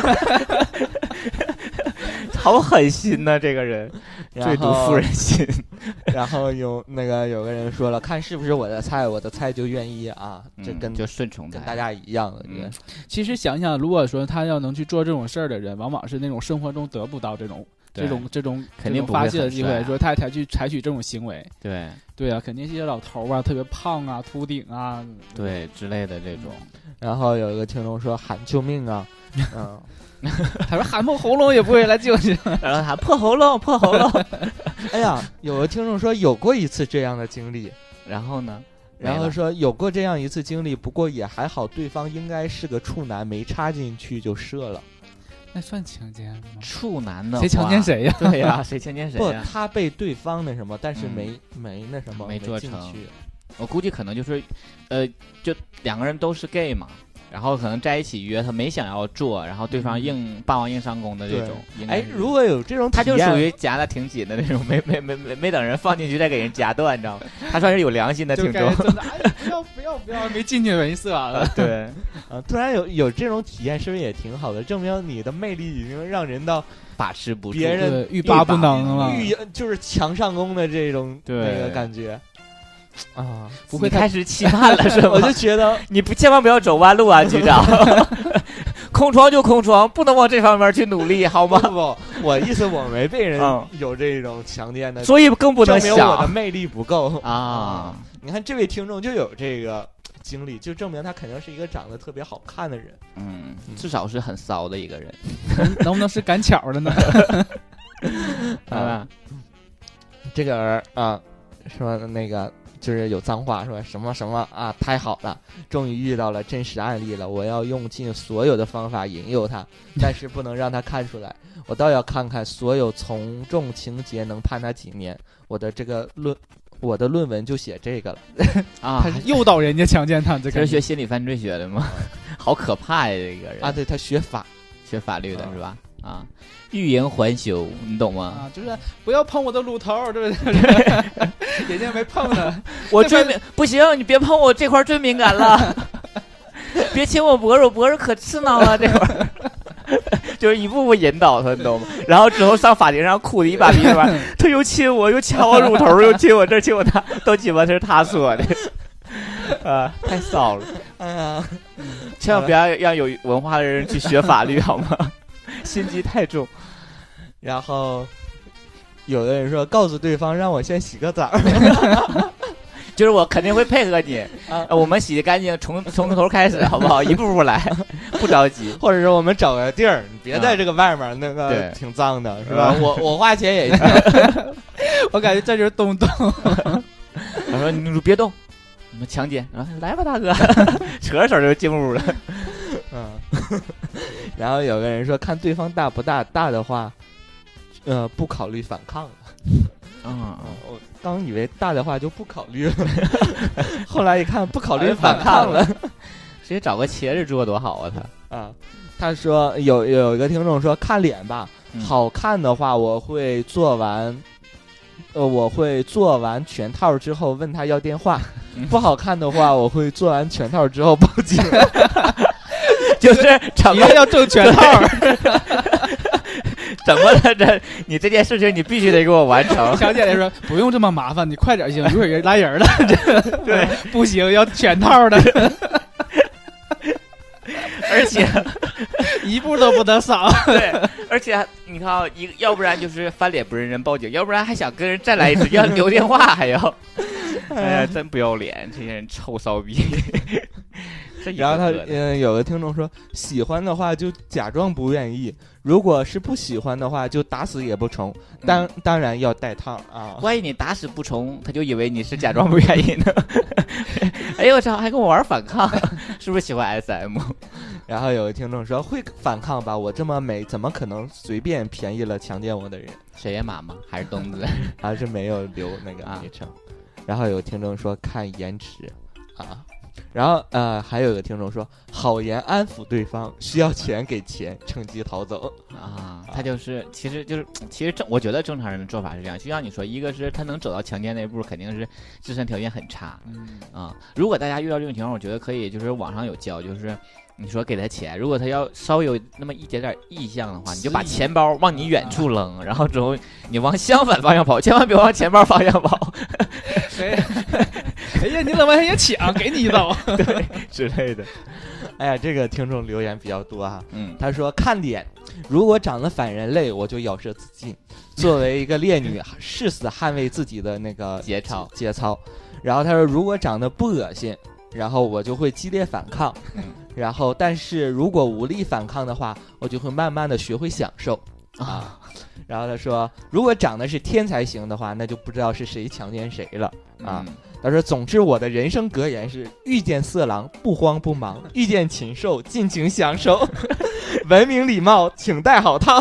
S2: 好狠心呐、这个人
S1: 然
S2: 最毒
S1: 后
S2: 妇人心。
S1: 然后有那个有个人说了，看是不是我的菜，我的菜就愿意啊，这
S2: 嗯
S1: 跟、
S2: 就顺从
S1: 跟
S2: 他
S1: 大家一样的，
S2: 嗯
S3: 其实想想，如果说他要能去做这种事儿的人，往往是那种生活中得不到这种
S2: 对
S3: 这种这种
S2: 肯定
S3: 这
S2: 不
S3: 种
S2: 会
S3: 发泄的机
S2: 很帅啊
S3: 会，说他才去采取这种行为。
S2: 对
S3: 对啊，肯定是一些老头儿啊，特别胖啊，秃顶啊，
S2: 对之类的这种，
S1: 然后有一个听众说喊救命啊， 嗯，
S3: 他说喊破喉咙也不会来救你。
S2: 然后他破喉咙，破喉咙。
S1: 哎呀，有个听众说有过一次这样的经历，
S2: 然后呢？
S1: 然
S2: 没
S1: 后
S2: 了
S1: 说有过这样一次经历，不过也还好，对方应该是个处男，没插进去就射了。
S3: 那算强奸吗？
S2: 处男的
S3: 谁强奸？谁呀、
S2: 对呀、谁强奸谁
S1: 不
S2: 呀、，
S1: 他被对方那什么，但是
S2: 嗯
S1: 没、没那什么，
S2: 没做
S1: 进
S2: 成
S1: 去。
S2: 我估计可能就是，呃，就两个人都是 gay 嘛。然后可能在一起约，他没想要做，然后对方硬霸王硬上弓的这种。应该
S1: 哎
S2: 是，
S1: 如果有这种体
S2: 他
S1: 验，
S2: 就属于夹的挺紧的那种，没没没没没等人放进去再给人夹断，你知道吗？他算是有良心的
S3: 就
S2: 听
S3: 感
S2: 众
S3: 觉。 真的，哎，不要不要不要，没进去人射完了。
S2: 呃对，
S1: 啊，突然有有这种体验，是不是也挺好的？证明你的魅力已经让人到
S2: 把持不住。
S1: 别人
S3: 对，欲罢不能了，
S1: 欲就是强上弓的这种那
S2: 对
S1: 个感觉 啊。
S3: 不会
S2: 你
S3: 太
S2: 开始期盼了是吗？
S1: 我就觉 得
S2: 你不千万不要走弯路啊，局长。 空窗就空窗，不能往这方面去努力，好
S1: 不
S2: 吗？
S1: 不不，我意思我没被人
S2: 嗯
S1: 有这种强奸的，
S2: 所以更不能
S1: 证明我的
S2: 想
S1: 魅力不够。
S2: 啊。
S1: 你看这位听众就有这个经历，就证明他肯定是一个长得特别好看的人。
S2: 嗯，至少是很骚的一个人，
S3: 能不能是赶巧的呢？
S2: 啊，
S1: 这个人啊，说那个就是有脏话说什么什么啊，太好了，终于遇到了真实案例了，我要用尽所有的方法引诱 他，但是不能让他看出来，我倒要看看所有从众情节能判他几年。我的这个论，我的论文就写这个了。
S2: 啊
S3: 他，是诱导人家强奸他，这
S2: 他是
S3: 个
S2: 学心理犯罪学的吗？ 好可怕呀，这个人
S1: 啊，对他学法，
S2: 学法律的
S1: 啊
S2: 是吧？啊，欲言还休，你懂吗？
S3: 啊，就是不要碰我的乳头，对不对？ 人家没碰呢，
S2: 我
S3: 这
S2: 最
S3: 份
S2: 敏不行，你别碰我这块儿最敏感 了，别亲我脖子，我脖子可刺挠了这块儿。 就是一步步引导他，你懂吗？然后之后上法庭上哭的一把鼻子吧，他又亲我，又掐我乳头，又亲我这儿亲我那，都鸡巴是他说的，啊，太骚了。
S1: 哎呀，
S2: 千万不要让有文化的人去学法律，好吗？ 心机太重。
S1: 然后。有的人说，告诉对方让我先洗个澡儿，
S2: 就是我肯定会配合你，
S1: 啊
S2: 呃我们洗干净，从从头开始，好不 好？一步步来，不着急。
S1: 或者说我们找个地儿，你别
S2: 啊
S1: 在这个外面儿那个
S2: 对
S1: 挺脏的，是吧？啊我我花钱也
S3: 我感觉这就是东东，
S2: 我说你别动，你们强奸，然后来吧，大哥， 扯着手就进屋了。
S1: 嗯， 然后有个人说，看对方大不大，大的话，呃，不考虑反抗了。
S2: 嗯
S1: 嗯，我刚以为大的话就不考虑 了，后来一看不考
S2: 考虑
S1: 虑
S2: 反
S1: 反
S2: 抗
S1: 抗
S2: 了
S1: 了。，
S2: 直接找个茄子做多好啊！他
S1: 啊，他说有有一个听众说看脸吧，
S2: 嗯
S1: 好看的话我会做完，呃，我会做完全套之后问他要电话。
S2: 嗯
S1: 不好看的话，我会做完全套之后报警。
S2: 就是怎
S3: 一
S2: 么
S3: 个要挣全套，
S2: 怎么的这，你这件事情你必须得给我完成。
S3: 强奸来说不用这么麻烦，你快点行，一会儿人来人 了，这
S2: 对，
S3: 不行，要全套的，
S2: 而 且
S3: 一步都不得少。
S2: 对，而且你看啊，一要不然就是翻脸不认人报警，要不然还想跟人再来一次，要留电话还 要。哎呀，真不要脸，这些人臭骚 逼。这 一
S1: 然后
S2: 个
S1: 他
S2: 个的
S1: 嗯、有个听众说，喜欢的话就假装不愿意，如果是不喜欢的话，就打死也不从。
S2: 嗯
S1: 当、当然要带套啊。
S2: 万一你打死不从，他就以为你是假装不愿意呢。 哎呦我操，还跟我玩反抗， 是不是喜欢 SM？
S1: 然后有个听众说，会反抗吧？我这么美，怎么可能随便便宜了强奸我的人？
S2: 水野马吗？还是东子？
S1: 还是没有留那个
S2: 啊
S1: 昵称。然后有听众说看颜值啊，然后呃还有个听众说好言安抚对方，需要钱给钱，趁机逃走。
S2: 啊，他就是，其实就是，其实正我觉得正常人的做法是这样，就像你说，一个是他能走到强奸那一步，肯定是自身条件很差，
S3: 嗯
S2: 啊，如果大家遇到这种情况，我觉得可以，就是网上有教，就是你说给他钱，如果他要稍微有那么一点点意向的话，你就把
S3: 示意
S2: 钱包往你远处扔，然后之后你往相反方向跑，千万别往钱包方向跑
S3: 哎呀， 哎呀，你怎么还也抢？给你一刀，
S2: 之类的。
S1: 哎呀，这个听众留言比较多啊哈、
S2: 嗯，
S1: 他说看脸，如果长得反人类，我就咬舌自尽。作为一个烈女，誓死捍卫自己的那个
S2: 节操
S1: 节操。然后他说，如果长得不恶心，然后我就会激烈反抗。
S2: 嗯
S1: 然后，但是如果无力反抗的话，我就会慢慢的学会享受啊。然后他说，如果长得是天才型的话，那就不知道是谁强奸谁了啊。
S2: 嗯
S1: 他说：“总之，我的人生格言是：遇见色狼不慌不忙， 遇见禽兽尽情享受， 文明礼貌，请戴好套。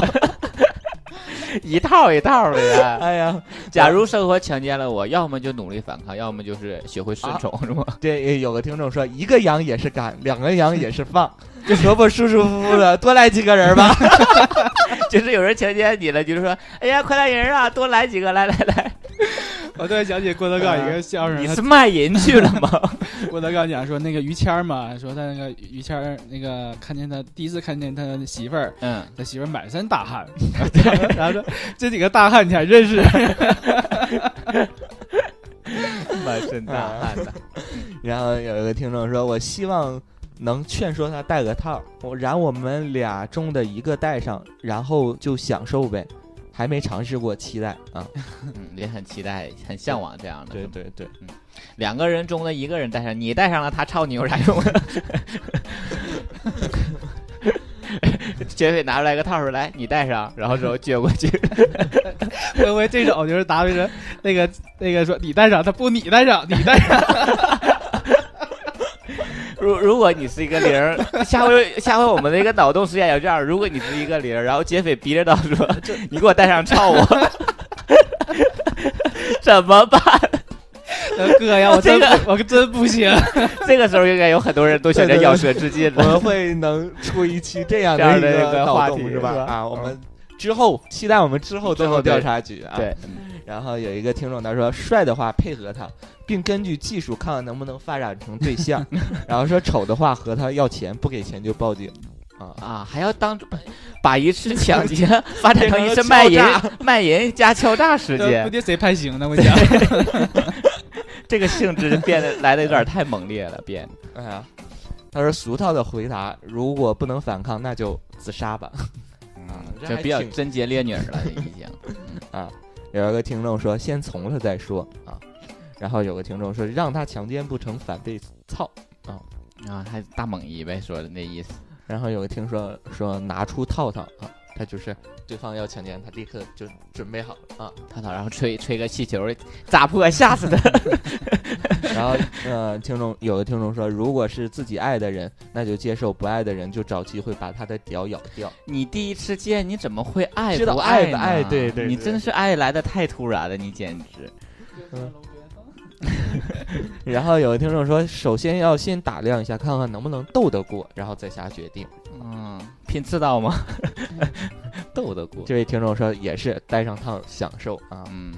S2: 一套一套的”呀。
S1: 哎呀，
S2: 假如生活强奸了我，要么就努力反抗，要么就是学会顺从，是吗？
S1: 这呃有个听众说：“一个羊也是赶，两个羊也是放， 这萝卜舒舒服服的，多来几个人 吧。
S2: 就是有人强奸你了，就是说，哎呀，快来人啊，多来几个，来来来，
S3: 我突然想起郭德纲一个相声，
S2: 你
S3: 他
S2: 是卖淫去了吗？
S3: 郭德纲讲说那个于谦儿嘛，说他那个于谦儿那个看见他第一次看见他媳妇儿，
S2: 嗯，
S3: 他媳妇儿满身大汗， 然后说这几个大汉你还认识？
S2: 满身大汗啊的。”
S1: 然后有一个听众说：“我希望能劝说他戴个套，我然我们俩中的一个戴上，然后就享受呗。”还没尝试过，期待啊！
S2: 嗯，也很期待，很向往这样的。
S1: 对
S2: 是吗，
S1: 对对，
S2: 两个人中的一个人戴上，你戴上了，他操你有啥用啊？ 劫匪拿出来个套儿说：“来，你戴上。”然后之后撅过去，
S3: 我以为这种就是答辩人，那个那个说你带上，他不你带上，你带上，
S4: 如如果你是一个零儿， 下回下回我们的一个脑洞实验也这样：如果你是一个零儿，然后劫匪逼着到说，你给我带上抄 我，怎么办？
S3: 哥呀，我真
S4: 这
S3: 我真不行，
S4: 这个时候应该有很多人都选择咬舌自尽
S1: 我
S4: 了。
S1: 们会能出一期这样
S4: 这样
S1: 的
S4: 的一个
S1: 脑
S4: 话
S1: 洞
S4: 题
S1: 是吧？
S4: 是吧
S1: 啊，我们之后期待我们之后
S4: 之
S1: 东
S4: 后
S1: 东
S4: 对
S1: 调查局啊。
S4: 对，
S1: 然后有一个听众他说，帅的话配合他，并根据技术看看能不能发展成 对象。然后说丑的话和他要钱，不给钱就报警。啊，
S2: 啊，还要当把一次抢劫发展成一次卖 淫
S1: 敲、
S2: 卖淫加敲诈事
S3: 不
S2: 件，
S3: 定谁判刑呢？我讲，
S2: 这个性质变得来的有点太猛烈了，变
S1: 哎呀，他说俗套的回答，如果不能反抗，那就自杀吧。 啊，
S2: 这
S1: 还
S2: 比较
S1: 挺
S2: 贞洁烈女儿了，已经。
S1: 有一个听众说先从了再说啊，然后有个听众说让他强奸不成反被操，
S2: 啊，还大猛一呗，说的那意思。
S1: 然后有个听说说拿出套套啊，他就是对方要强奸，他立刻就准备好 了啊，
S2: 他操，然后吹吹个气球砸破，吓死他。
S1: 然后呃，听众有的听众说如果是自己爱的人，那就接受；不爱的人就找机会把他的屌咬掉。
S2: 你第一次见，你怎么会爱
S1: 知道
S2: 不
S1: 爱
S2: 呢
S1: 不爱对对
S2: 你
S1: 对
S2: 真是爱来的太突然了，你简直。
S1: 然后有的听众说，首先要先打量一下，看看能不能斗得过，然后再下决定。
S2: 嗯，拼刺刀吗？斗得过。
S1: 这位听众说也是带上套享受啊。
S2: 嗯，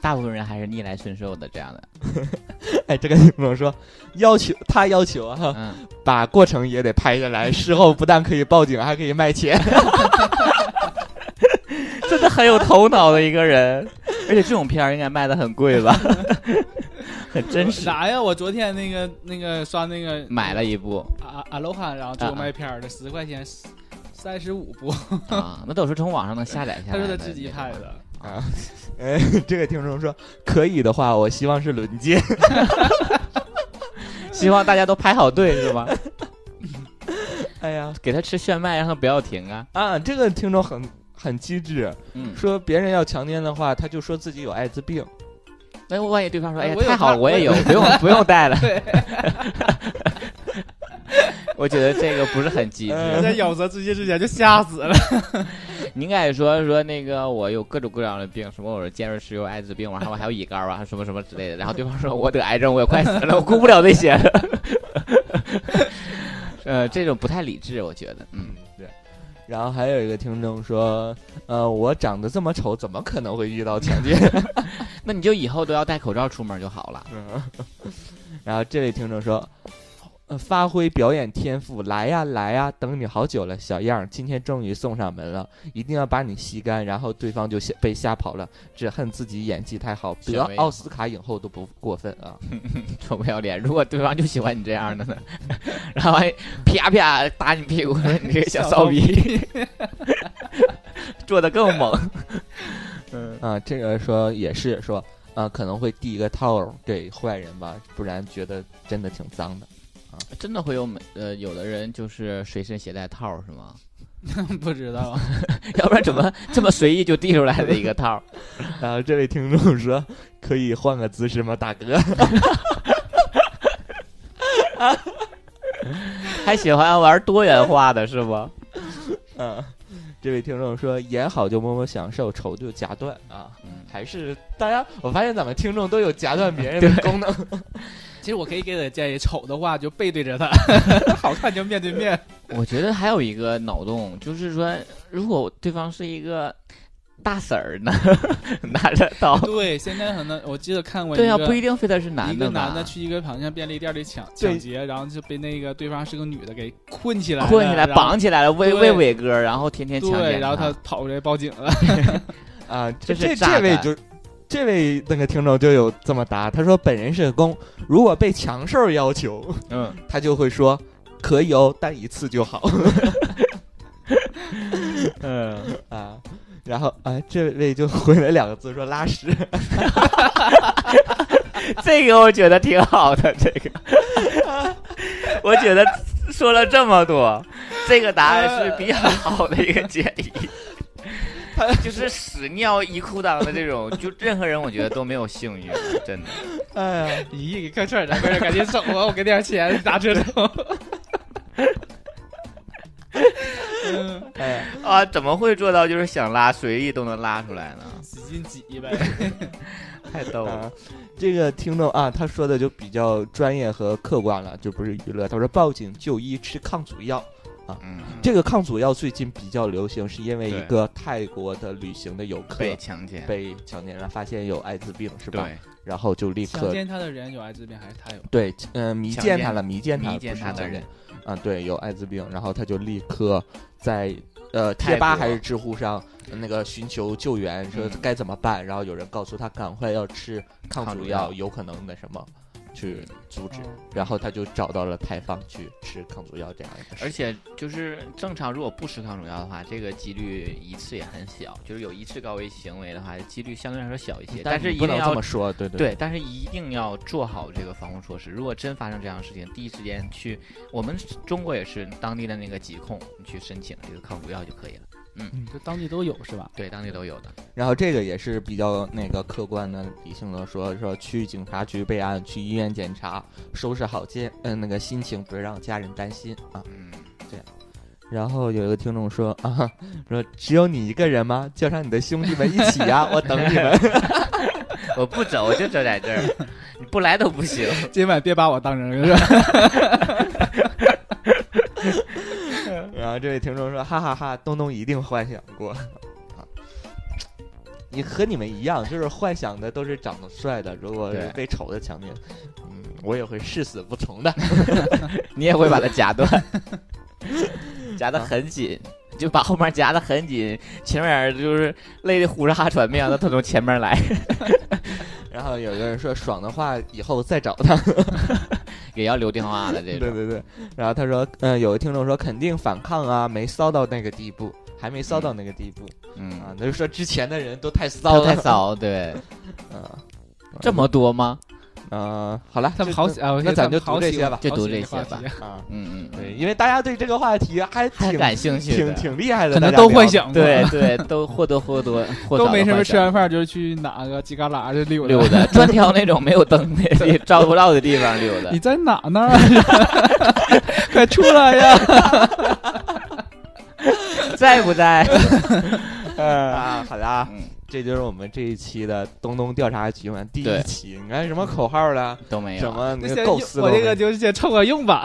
S2: 大部分人还是逆来顺受的这样的。
S1: 哎，这个听众说要求他要求啊，
S2: 嗯，
S1: 把过程也得拍下来，事后不但可以报警，还可以卖钱。
S2: 真的很有头脑的一个人，而且这种片儿应该卖的很贵吧？ 很真实。
S3: 啥呀？我昨天那个那个刷那个
S2: 买啊了一部
S3: 阿阿罗汉，然后就卖片儿的，十块钱三十五部，
S2: 啊，那都是从网上能下载下
S3: 他
S2: 来的那
S3: 说他
S2: 种。
S3: 自己拍的，
S1: 哎， 这个听众说可以的话，我希望是轮奸。
S2: 希望大家都排好队是吧？
S1: 哎呀，
S2: 给他吃炫迈，让他不要停啊。
S1: 啊，这个听众很很机智，
S2: 嗯，
S1: 说别人要强奸的话，他就说自己有艾滋病。
S2: 那万一对方说，
S3: 哎
S2: 哎呀
S3: 我，有
S2: 太好
S3: 他
S2: 了，我也有
S3: 我，
S2: 不用不用带了。 我觉得这个不是很机
S1: 呃
S2: 智，
S3: 在咬舌自尽之前就吓死了。
S2: 你应该说说那个我有各种各样的病，什么我是尖锐湿疣、艾滋病，然后我还有乙肝啊，什么什么之类的。然后对方说我得癌症，我也快死了，我顾不了这些 了。呃，这种不太理智，我觉得，嗯，，
S1: 对。然后还有一个听众说，呃，我长得这么丑，怎么可能会遇到强奸？
S2: 嗯 那你就以后都要戴口罩出门就好了。
S1: 然后这位听众说。呃发挥表演天赋，来呀来呀，等你好久了，小样儿，今天终于送上门了，一定要把你吸干，然后对方就吓被吓跑了，只恨自己演技太好，
S2: 什
S1: 得
S2: 么呀
S1: 奥斯卡影后都不过分啊！
S2: 臭不要脸！ 如果对方就喜欢你这样的呢， 然后还啪啪打你屁股，说你这个小骚逼， 做的更猛。嗯
S1: 啊，这个说也是说，啊，可能会递一个套儿给坏人吧，不然觉得真的挺脏的。
S2: 真的会有美呃，有的人就是随身携带套儿是吗？
S3: 不知道，
S2: 要不然怎么这么随意就递出来的一个 套儿？
S1: 然后这位听众说，可以换个姿势吗，大哥？
S2: 还喜欢玩多元化的是吗？
S1: 嗯，这位听众说，演好就默默享受，丑就夹断啊，
S2: 嗯
S1: 还是大家，我发现咱们听众都有夹断别 人的功能。
S3: 其实我可以给他建议，丑的话就背对着他，好看就面对面。
S2: 我觉得还有一个脑洞，就是说，如果对方是一个大婶儿呢， 拿着刀，
S3: 对，现在可能我记得看过
S2: 对
S3: 一
S2: 啊，
S3: 个
S2: 不一定非得是男
S3: 一
S2: 的
S3: 个
S2: 吧，
S3: 男的去一个好像便利店里抢
S1: 对
S3: 抢劫，然后就被那个对方是个女的给困起来了，
S2: 困起来、
S3: 然后
S2: 绑起来了，喂
S3: 对
S2: 喂伟哥，然后天天强
S3: 对，
S2: 奸
S3: 然后他
S2: 他。
S3: 跑过来报警了。
S1: 啊，这
S2: 这是
S1: 这
S2: 炸
S1: 这位
S2: 弹
S1: 就。这位那个听众就有这么答，他说本人是公，如果被强兽要求，
S2: 嗯，
S1: 他就会说可以哦，但一次就好。
S2: 嗯，
S1: 啊，然后哎，这位就回了两个字说拉屎，
S2: 这个我觉得挺好的，这个， 我觉得说了这么多，这个答案是比较好的一个建议。 就是屎尿一裤裆的这种，就任何人我觉得都没有性欲， 真的。
S1: 哎呀，
S3: 咦，给客串点，快点赶紧走啊！我给点钱打折头。嗯，
S1: 哎呀，
S2: 啊，怎么会做到就是想拉随意都能拉出来呢？
S3: 使劲挤呗。
S2: 太逗了。
S1: 啊，这个听众啊，他说的就比较专业和客观了，就不是娱乐。他说报警就医吃抗组药，
S2: 嗯，
S1: 这个抗组药最近比较流行，是因为一
S2: 对
S1: 个泰国的旅行的游客
S2: 被强奸，
S1: 被强奸，然后发现有艾滋病是吧？
S2: 对，
S1: 然后就立
S3: 强
S1: 刻
S3: 奸他的人有艾滋病还是他有？
S1: 对，嗯、迷
S2: 强
S1: 奸
S2: 奸
S1: 他了，迷奸他
S2: 迷
S1: 了，
S2: 奸
S1: 不是
S2: 他的
S1: 强奸
S2: 人，
S1: 啊，对，有艾滋病，然后他就立刻在呃贴吧
S2: 泰国
S1: 还是知乎上呃那个寻求救援，说
S2: 嗯
S1: 该怎么办，然后有人告诉他赶快要吃抗
S2: 抗
S1: 组
S2: 组
S1: 药，
S2: 药嗯
S1: 有可能的什么去阻止，
S3: 哦
S1: 然后他就找到了泰方去吃抗组药这样一个事，
S2: 而且就是正常，如果不吃抗组药的话，这个几率一次也很小，就是有一次高危行为的话，几率相对来说小一些。但是
S1: 你
S2: 一
S1: 不
S2: 定
S1: 能这
S2: 要
S1: 么说，对对
S2: 对，但是一定要做好这个防护措施。如果真发生这样的事情，第一时间去我们中国也是当地的那个疾控你去申请这个抗组药就可以了。
S3: 就当地都有是吧？
S2: 对，当地都有的。
S1: 然后这个也是比较那个客观的、理性的说，说去警察局备案，去医院检查，收拾好心嗯、那个心情，不是让家人担心啊。
S2: 嗯，
S1: 然后有一个听众说 啊，说只有你一个人吗？叫上你的兄弟们一起 呀、我等你们。
S2: 我不走，我就走在这儿，你不来都不行。
S3: 今晚别把我当人了，是吧？
S1: 然后这位听众说哈哈哈，东东一定幻想过 啊，你和你们一样，就是幻想的都是长得帅的，如果是
S2: 对
S1: 被丑的强奸，嗯，我也会誓死不从的。
S2: 你也会把它夹断，夹得很紧，就把后面夹得很紧，前面就是累得呼哧哈喘，没想到他从前面来，
S1: 然后有个人说爽的话，以后再找他。
S2: 也要留电话的这
S1: 对
S2: 种。
S1: 对对，然后他说，嗯、有个听众说肯定反抗啊，没骚到那个地步，还没骚到那个地步、啊
S2: 嗯，，
S1: 那就说之前的人都太骚
S2: 骚
S1: 了，
S2: 太 骚，对，
S1: 嗯、
S2: 这么多吗？
S1: 呃，好了，
S3: 他们
S1: 就
S3: 好喜啊，我
S1: 那
S3: 觉得
S1: 咱
S3: 他们
S1: 就读
S3: 好
S1: 这
S3: 喜
S1: 些
S3: 欢
S1: 吧
S2: 就读
S3: 好喜
S2: 这
S3: 欢
S2: 些吧
S3: 话题啊
S1: 啊，
S2: 嗯嗯，
S1: 对，因为大家对这个话题还
S2: 还
S1: 挺
S2: 感兴趣
S1: 挺
S2: 的，
S1: 挺厉害的，
S3: 可能
S1: 大家
S3: 都
S1: 聊
S3: 幻。想过
S2: 对嗯对，都或多或多或少
S3: 都
S2: 地
S3: 没什么
S2: 幻
S3: 吃
S2: 想
S3: 完饭就去哪个犄旮旯就溜
S2: 溜
S3: 达
S2: 达， 专挑那种没有灯的地、照不到的地方溜达
S3: 你。在哪呢？ 快出来呀！
S2: 在不在？
S1: 啊，好啦，
S2: 嗯，
S1: 这就是我们这一期的东东调查局嘛，第一
S2: 对
S1: 期。你看什么口号了，
S2: 都没
S1: 什
S2: 有。
S1: 么
S2: 啊
S1: 那
S3: 先
S1: 个构思了
S3: 我
S1: 我
S3: 这
S1: 们，
S3: 个就先凑合用吧。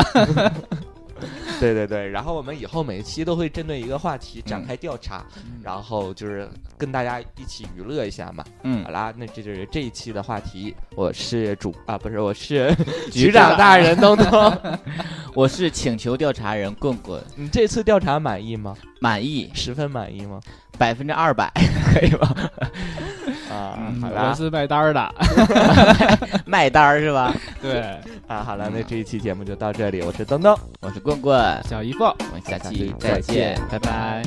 S1: 对对对。然后我们以后每期都会针对一个话题展开调查，然后就是跟大家一起娱乐一下嘛。
S2: 嗯
S1: 好，啦，那这就是这一期的话题。我是主啊，不是，我是
S2: 局
S1: 局长
S2: 长
S1: 大人东东。
S2: 我是请求调查人棍棍，
S1: 你这次调查满意吗？
S2: 满意
S1: 十分满意吗？
S2: 百分之二百， 可以吧？
S1: 啊
S2: 嗯，
S1: 好
S3: 我
S1: 啦，
S3: 是卖单儿的，
S2: 卖单儿是吧？
S3: 对，
S1: 啊，好啦，那这一期节目就到这里，我是东东。
S2: 我是棍棍，
S3: 小姨夫。
S2: 我们下
S1: 下
S2: 期
S1: 期
S2: 再
S1: 再见
S2: 见，拜拜。